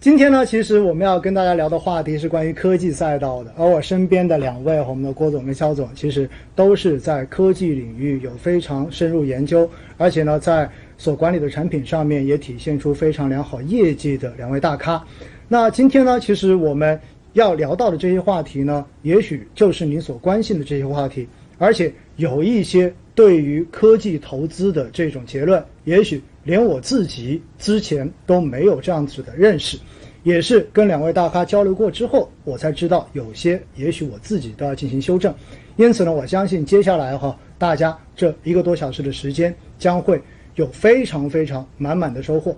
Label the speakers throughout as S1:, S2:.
S1: 今天呢，其实我们要跟大家聊的话题是关于科技赛道的，而我身边的两位，我们的郭总跟肖总，其实都是在科技领域有非常深入研究，而且呢，在所管理的产品上面也体现出非常良好业绩的两位大咖。那今天呢，其实我们要聊到的这些话题呢，也许就是你所关心的这些话题，而且有一些对于科技投资的这种结论，也许连我自己之前都没有这样子的认识，也是跟两位大咖交流过之后，我才知道有些也许我自己都要进行修正。因此呢，我相信接下来哈，大家这一个多小时的时间将会有非常非常满满的收获。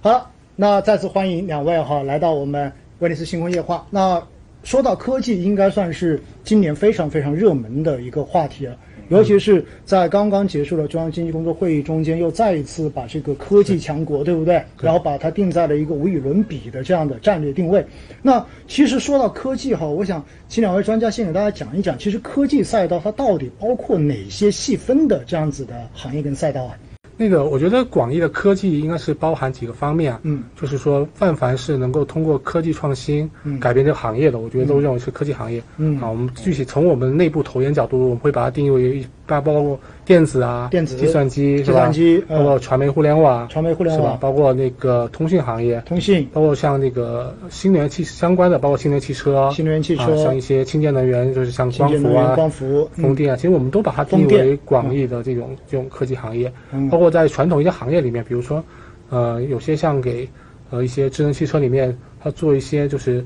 S1: 好了，那再次欢迎两位哈来到我们威尼斯星空夜话。那说到科技，应该算是今年非常非常热门的一个话题了，尤其是在刚刚结束的中央经济工作会议中间，又再一次把这个科技强
S2: 嗯
S1: 国，对不对？然后把它定在了一个无与伦比的这样的战略定位。那其实说到科技哈，我想请两位专家先给大家讲一讲，其实科技赛道它到底包括哪些细分的这样子的行业跟赛道啊？
S2: 那个，我觉得广义的科技应该是包含几个方面啊，
S1: 嗯，
S2: 就是说，但凡是能够通过科技创新
S1: 嗯
S2: 改变这个行业的，我觉得都认为是科技行业。
S1: 嗯
S2: 啊，我们具体从我们内部投研角度，我们会把它定义为一包括电子啊、
S1: 电子
S2: 计算机、
S1: 计
S2: 是吧
S1: 算机呃
S2: 包括传媒互联网、
S1: 传媒互联
S2: 是吧
S1: 网
S2: 包括那个通讯行业，
S1: 通信、
S2: 包括像那个新能源汽相关的，包括新能源汽车、
S1: 新能源汽车
S2: 啊像一些清洁能源，就是像
S1: 清
S2: 光
S1: 洁能
S2: 伏
S1: 源、
S2: 啊、
S1: 光伏、嗯
S2: 风电啊，其实我们都把它定
S1: 风
S2: 义
S1: 电
S2: 为广义的这种这种科技行业
S1: 嗯，
S2: 包括在传统一些行业里面，比如说，呃，有些像给呃一些智能汽车里面，它做一些就是，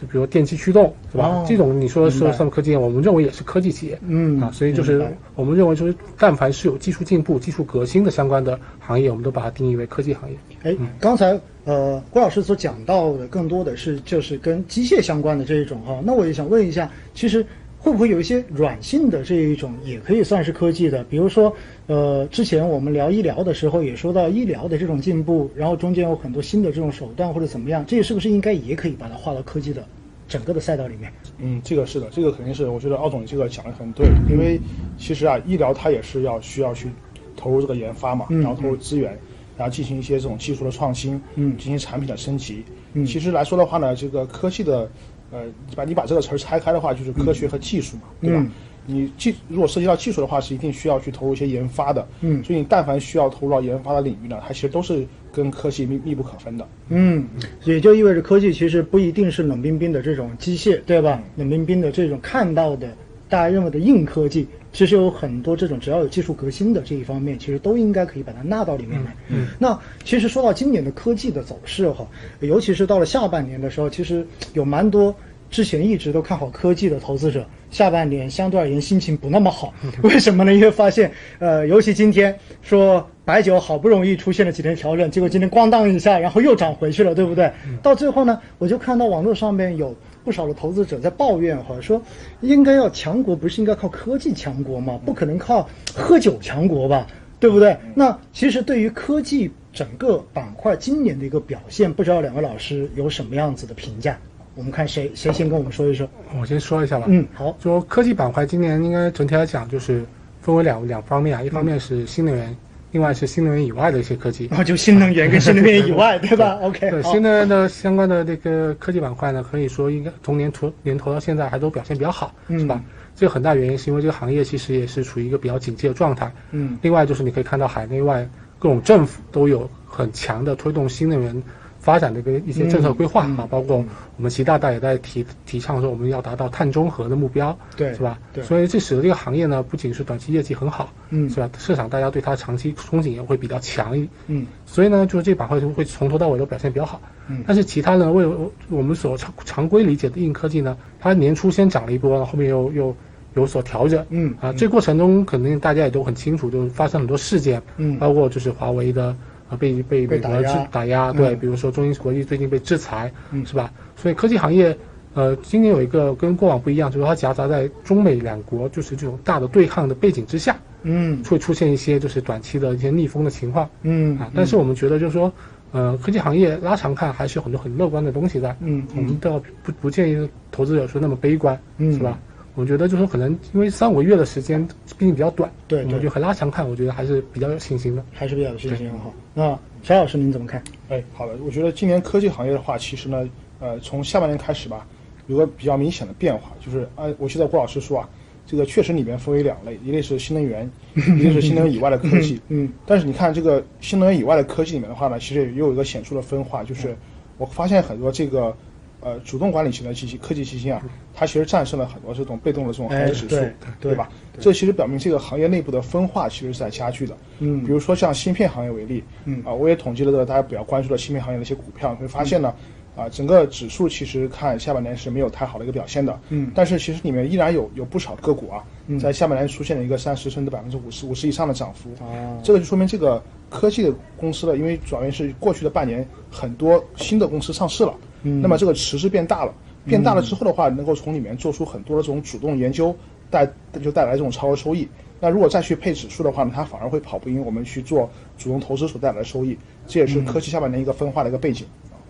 S2: 就比如电机驱动，是吧
S1: 哦？
S2: 这种你说
S1: 明
S2: 说
S1: 白
S2: 算科技，我们认为也是科技企业
S1: 嗯
S2: 啊，所以就
S1: 明
S2: 是
S1: 白
S2: 我们认为就是，但凡是有技术进步、技术革新的相关的行业，我们都把它定义为科技行业。
S1: 哎，刚才呃郭老师所讲到的更多的是就是跟机械相关的这一种哈、那我也想问一下，其实会不会有一些软性的这一种也可以算是科技的？比如说呃，之前我们聊医疗的时候也说到医疗的这种进步，然后中间有很多新的这种手段或者怎么样，这是不是应该也可以把它划到科技的整个的赛道里面？
S3: 嗯，这个是的，这个肯定是，我觉得奥总这个讲的很对，因为其实啊，医疗它也是要需要去投入这个研发嘛，
S1: 嗯
S3: 然后投入资源，然后进行一些这种技术的创新，
S1: 嗯
S3: 进行产品的升级。
S1: 嗯
S3: 其实来说的话呢，这个科技的，呃，把你把这个词儿拆开的话，就是科学和技术嘛，对吧？
S1: 嗯
S3: 你技如果涉及到技术的话，是一定需要去投入一些研发的，
S1: 嗯
S3: 所以你但凡需要投入到研发的领域呢，它其实都是跟科技密密不可分的。
S1: 嗯，也就意味着科技其实不一定是冷冰冰的这种机械，对吧？冷冰冰的这种看到的大家认为的硬科技，其实有很多这种只要有技术革新的这一方面，其实都应该可以把它纳到里面来。嗯，那其实说到今年的科技的走势哈，尤其是到了下半年的时候，其实有蛮多之前一直都看好科技的投资者，下半年相对而言心情不那么好。 为什么呢？因为发现，呃，尤其今天说白酒好不容易出现了几天调整，结果今天咣当一下，然后又涨回去了，对不对？到最后呢，我就看到网络上面有不少的投资者在抱怨哈，说应该要强国，不是应该靠科技强国吗？不可能靠喝酒强国吧？对不对？那其实对于科技整个板块今年的一个表现，不知道两位老师有什么样子的评价？我们看谁谁先跟我们说一说。
S2: 我先说一下吧。
S1: 嗯，好，
S2: 就科技板块今年应该整体来讲就是分为两两方面啊，一方面是新能源，另外是新能源以外的一些科技。
S1: 然后就新能源跟新能源以外，对吧？OK，
S2: 对
S1: 哎好
S2: 新能源的相关的那个科技板块呢，可以说应该从年头年头到现在还都表现比较好，
S1: 嗯
S2: 是吧？这个很大原因是因为这个行业其实也是处于一个比较警戒的状态。
S1: 嗯
S2: 另外就是你可以看到海内外各种政府都有很强的推动新能源发展的一个一些政策规划
S1: 嗯
S2: 啊，包括我们习大大也在提提倡说我们要达到碳中和的目标，
S1: 对
S2: 是吧？
S1: 对
S2: 所以这使得这个行业呢，不仅是短期业绩很好，
S1: 嗯
S2: 是吧？市场大家对它长期憧憬也会比较强一
S1: 嗯
S2: 所以呢，就是这板块就会从头到尾都表现比较好。
S1: 嗯
S2: 但是其他呢，为我我们所常常规理解的硬科技呢，它年初先涨了一波，然后后面又又有所调整。
S1: 嗯
S2: 啊，这过程中肯定大家也都很清楚，就是发生很多事件，
S1: 嗯
S2: 包括就是华为的啊被被
S1: 被
S2: 美
S1: 打
S2: 国制
S1: 压
S2: 打压，对，
S1: 嗯
S2: 比如说中芯国际最近被制裁，
S1: 嗯
S2: 是吧？所以科技行业。呃，今年有一个跟过往不一样，就是它夹杂在中美两国就是这种大的对抗的背景之下，
S1: 嗯
S2: 会出现一些就是短期的一些逆风的情况。
S1: 嗯
S2: 啊，但是我们觉得就是说，呃，科技行业拉长看还是有很多很乐观的东西在。
S1: 嗯
S2: 我们倒不不建议投资者说那么悲观，
S1: 嗯
S2: 是吧？我觉得就是可能因为三五个月的时间毕竟比较短，
S1: 对
S2: 我
S1: 对
S2: 们就很拉长看，我觉得还是比较有信心的。
S1: 还是比较有信心哈。那沙老师您怎么看？
S3: 哎，好的，我觉得今年科技行业的话，其实呢，呃，从下半年开始吧，有个比较明显的变化，就是按我记得郭老师说啊，这个确实里面分为两类，一类是新 能源，一类是新能源以外的科技。
S1: 嗯，
S3: 但是你看这个新能源以外的科技里面的话呢，其实也有一个显著的分化，就是
S1: 嗯
S3: 我发现很多这个呃主动管理型的基金、科技基金啊，它其实战胜了很多这种被动的这种行
S1: 嗯哎
S3: 业指数，
S1: 对对
S3: 吧？这其实表明这个行业内部的分化其实是在加剧的。
S1: 嗯
S3: 比如说像芯片行业为例，
S1: 嗯
S3: 啊，我也统计了这个大家比较关注的芯片行业的一些股票，你会发现呢。啊，整个指数其实看下半年是没有太好的一个表现的，
S1: 嗯
S3: 但是其实里面依然有有不少个股啊，
S1: 嗯
S3: 在下半年出现了一个三十甚至百分之五十五十以上的涨幅，
S1: 哦
S3: 这个就说明这个科技的公司呢，因为主要原因是过去的半年很多新的公司上市了，
S1: 嗯
S3: 那么这个池是变大了，变大了之后的话，能够从里面做出很多的这种主动研究，带就带来这种超额收益。那如果再去配指数的话呢，它反而会跑不赢我们去做主动投资所带来的收益，这也是科技下半年一个分化的一个背景。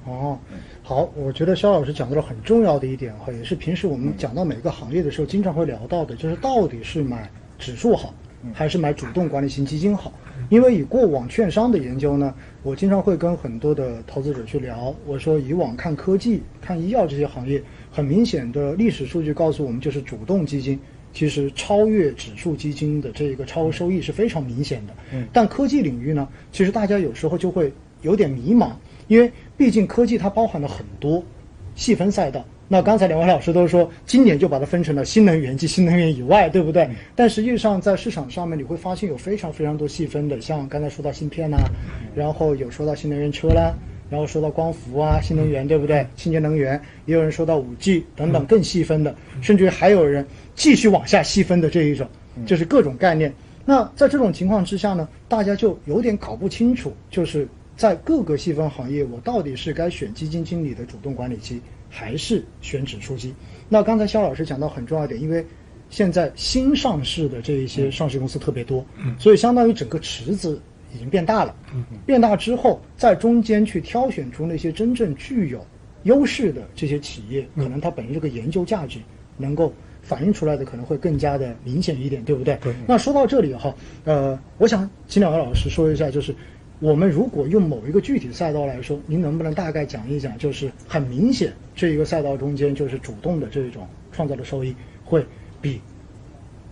S1: 哦，好，我觉得肖老师讲到了很重要的一点哈，也是平时我们讲到每个行业的时候经常会聊到的，就是到底是买指数好，还是买主动管理型基金好？因为以过往券商的研究呢，我经常会跟很多的投资者去聊，我说以往看科技、看医药这些行业，很明显的历史数据告诉我们，就是主动基金。其实超越指数基金的这个超额收益是非常明显的，
S3: 嗯
S1: 但科技领域呢，其实大家有时候就会有点迷茫，因为毕竟科技它包含了很多细分赛道。那刚才两位老师都说，今年就把它分成了新能源及新能源以外，对不对？但实际上在市场上面，你会发现有非常非常多细分的，像刚才说到芯片呐、啊然后有说到新能源车啦，然后说到光伏啊、新能源，对不对？清洁能源，也有人说到五 G 等等更细分的，甚至还有人继续往下细分的这一种，就是各种概念。那在这种情况之下呢，大家就有点搞不清楚，就是在各个细分行业，我到底是该选基金经理的主动管理机，还是选指数机？那刚才肖老师讲到很重要一点，因为现在新上市的这一些上市公司特别多，所以相当于整个池子已经变大了。变大之后，在中间去挑选出那些真正具有优势的这些企业，可能它本身这个研究价值能够反映出来的可能会更加的明显一点，对不对？
S2: 对
S1: 那说到这里哈，呃，我想请两位老师说一下，就是我们如果用某一个具体赛道来说，您能不能大概讲一讲，就是很明显这一个赛道中间就是主动的这种创造的收益会比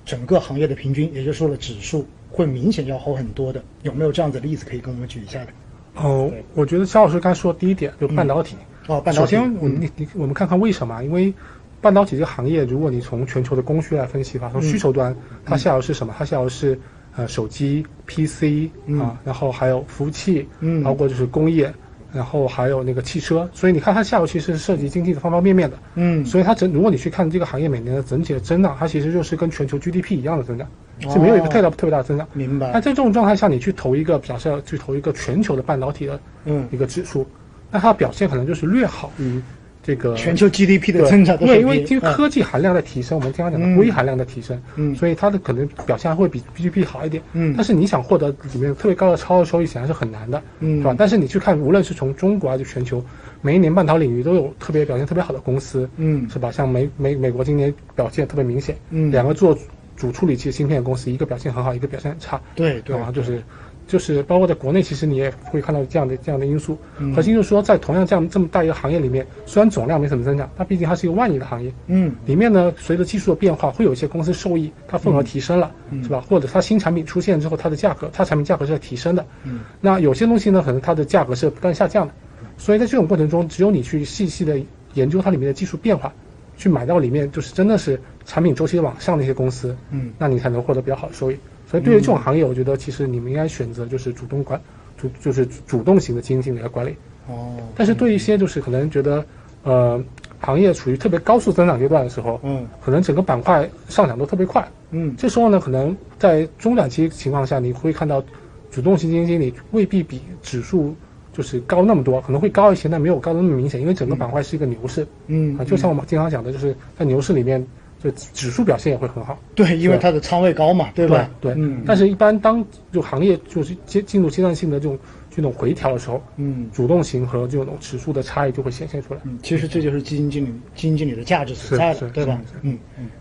S1: 整个行业的平均，也就是说了指数会明显要好很多的，有没有这样子的例子可以跟我们举一下的？
S2: 哦、我觉得肖老师刚才说的第一点，就半导体。
S1: 哦，半导体
S2: 首先，我们你你我们看看为什么啊？因为半导体这个行业，如果你从全球的供需来分析的话，从需求端，它下游是什么？它下游是呃手机、PC
S1: 嗯
S2: 啊，然后还有服务器，
S1: 嗯
S2: 包括就是工业，然后还有那个汽车。所以你看它下游其实是涉及经济的方方面面的。
S1: 嗯
S2: 所以它整，如果你去看这个行业每年的整体的增长，它其实就是跟全球 GDP 一样的增长，是没有一个特别大特别大的增长。
S1: 哦明白
S2: 那在这种状态下，你去投一个，假设去投一个全球的半导体的
S1: 嗯
S2: 一个指数，那它的表现可能就是略好于这个
S1: 全球 GDP 的
S2: 呃对
S1: 增长的水
S2: 对，因为
S1: 平
S2: 这，个科技含量在提升，我们经常讲
S1: 嗯
S2: 的硅含量在提升，
S1: 嗯
S2: 所以它的可能表现还会比 GDP 好一点，
S1: 嗯
S2: 但是你想获得里面特别高的超额收益，显然是很难的，
S1: 嗯
S2: 是吧？但是你去看，无论是从中国还是全球，每一年半导体领域都有特别表现特别好的公司，
S1: 嗯
S2: 是吧？像美美美国今年表现特别明显，
S1: 嗯
S2: 两个做主处理器芯片的公司，一个表现很好，一个表现很差，
S1: 对对
S2: 啊，就是就是包括在国内，其实你也会看到这样的这样的因素。
S1: 嗯
S2: 核心就是说，在同样这样这么大一个行业里面，虽然总量没什么增长，但毕竟它是一个万亿的行业，
S1: 嗯
S2: 里面呢，随着技术的变化，会有一些公司受益，
S1: 嗯
S2: 它份额提升了，是吧？或者它新产品出现之后，它的价格，它产品价格是在提升的。
S1: 嗯，
S2: 那有些东西呢，可能它的价格是不断下降的，所以在这种过程中，只有你去细细的研究它里面的技术变化，去买到里面就是真的是产品周期往上的一些公司，
S1: 嗯
S2: 那你才能获得比较好的收益。所以对于这种行业，我觉得其实你们应该选择就是主动管，主就是主动型的基金经理来管理。
S1: 哦，
S2: 但是对一些就是可能觉得，呃，行业处于特别高速增长阶段的时候，
S1: 嗯
S2: 可能整个板块上涨都特别快，
S1: 嗯
S2: 这时候呢，可能在中短期情况下，你会看到主动型基金经理未必比指数就是高那么多，可能会高一些，但没有高的那么明显，因为整个板块是一个牛市，
S1: 嗯
S2: 啊，就像我们经常讲的，就是在牛市里面，就指数表现也会很好。
S1: 对，因为它的仓位高嘛，对吧？
S2: 对，
S1: 嗯
S2: 但是一般当就行业就是接进入阶段性的这种这种回调的时候，
S1: 嗯
S2: 主动型和这种指数的差异就会显现出来。
S1: 嗯，其实这就是基金经理基金经理的价值所
S2: 是
S1: 在
S2: 是
S1: 了，对吧
S2: 是？
S1: 嗯，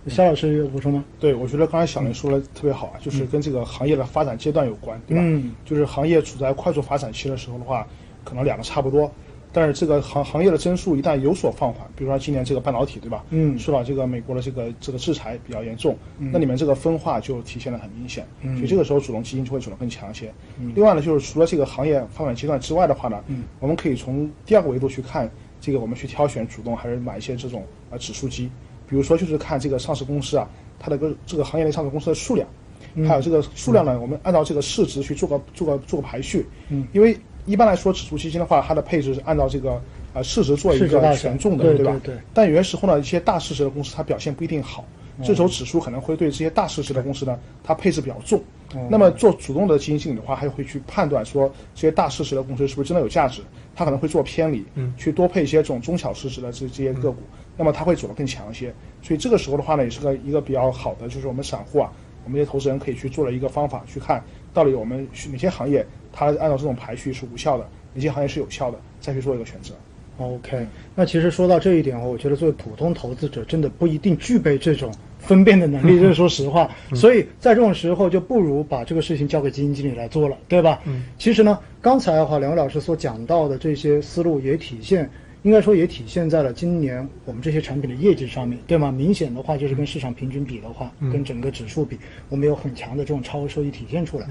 S1: 肖老师有补充吗？
S3: 对，我觉得刚才小林说的特别好啊，就是跟这个行业的发展阶段有关，对吧？
S1: 嗯，
S3: 就是行业处在快速发展期的时候的话，可能两个差不多，但是这个行行业的增速一旦有所放缓，比如说今年这个半导体，对吧？
S1: 嗯
S3: 受到这个美国的这个这个制裁比较严重，那里面这个分化就体现的很明显，
S1: 嗯
S3: 所以这个时候主动基金就会走得更强一些。另外呢，就是除了这个行业发展阶段之外的话呢，
S1: 嗯
S3: 我们可以从第二个维度去看这个我们去挑选主动还是买一些这种呃指数基，比如说就是看这个上市公司啊，它的个这个行业内上市公司的数量，
S1: 嗯
S3: 还有这个数量呢，我们按照这个市值去做个做个做个排序，
S1: 嗯
S3: 因为一般来说指数基金的话，它的配置是按照这个呃市值做一
S1: 市值大
S3: 个
S1: 小
S3: 权重的，
S1: 对
S3: 吧？
S1: 对对
S3: 但有些时候呢，一些大市值的公司它表现不一定好，这时候指数可能会对这些大市值的公司呢，它配置比较重。那么做主动的基金经理的话，还会去判断说这些大市值的公司是不是真的有价值，它可能会做偏离，
S2: 嗯
S3: 去多配一些这种中小市值的这这些个股，那么它会走得更强一些。所以这个时候的话呢，也是个一个比较好的，就是我们散户啊，我们这些投资人可以去做的一个方法，去看到底我们是哪些行业它按照这种排序是无效的，哪些行业是有效的，再去做一个选择。
S1: OK，那其实说到这一点哦，我觉得作为普通投资者，真的不一定具备这种分辨的 能力，这是说实话。
S2: 嗯
S1: 所以在这种时候，就不如把这个事情交给基金经理来做了，对吧？
S2: 嗯。
S1: 其实呢，刚才的话，两位老师所讲到的这些思路也体现，应该说也体现在了今年我们这些产品的业绩上面，对吗？明显的话，就是跟市场平均比的话，
S2: 嗯
S1: 跟整个指数比，我们有很强的这种超额收益体现出来。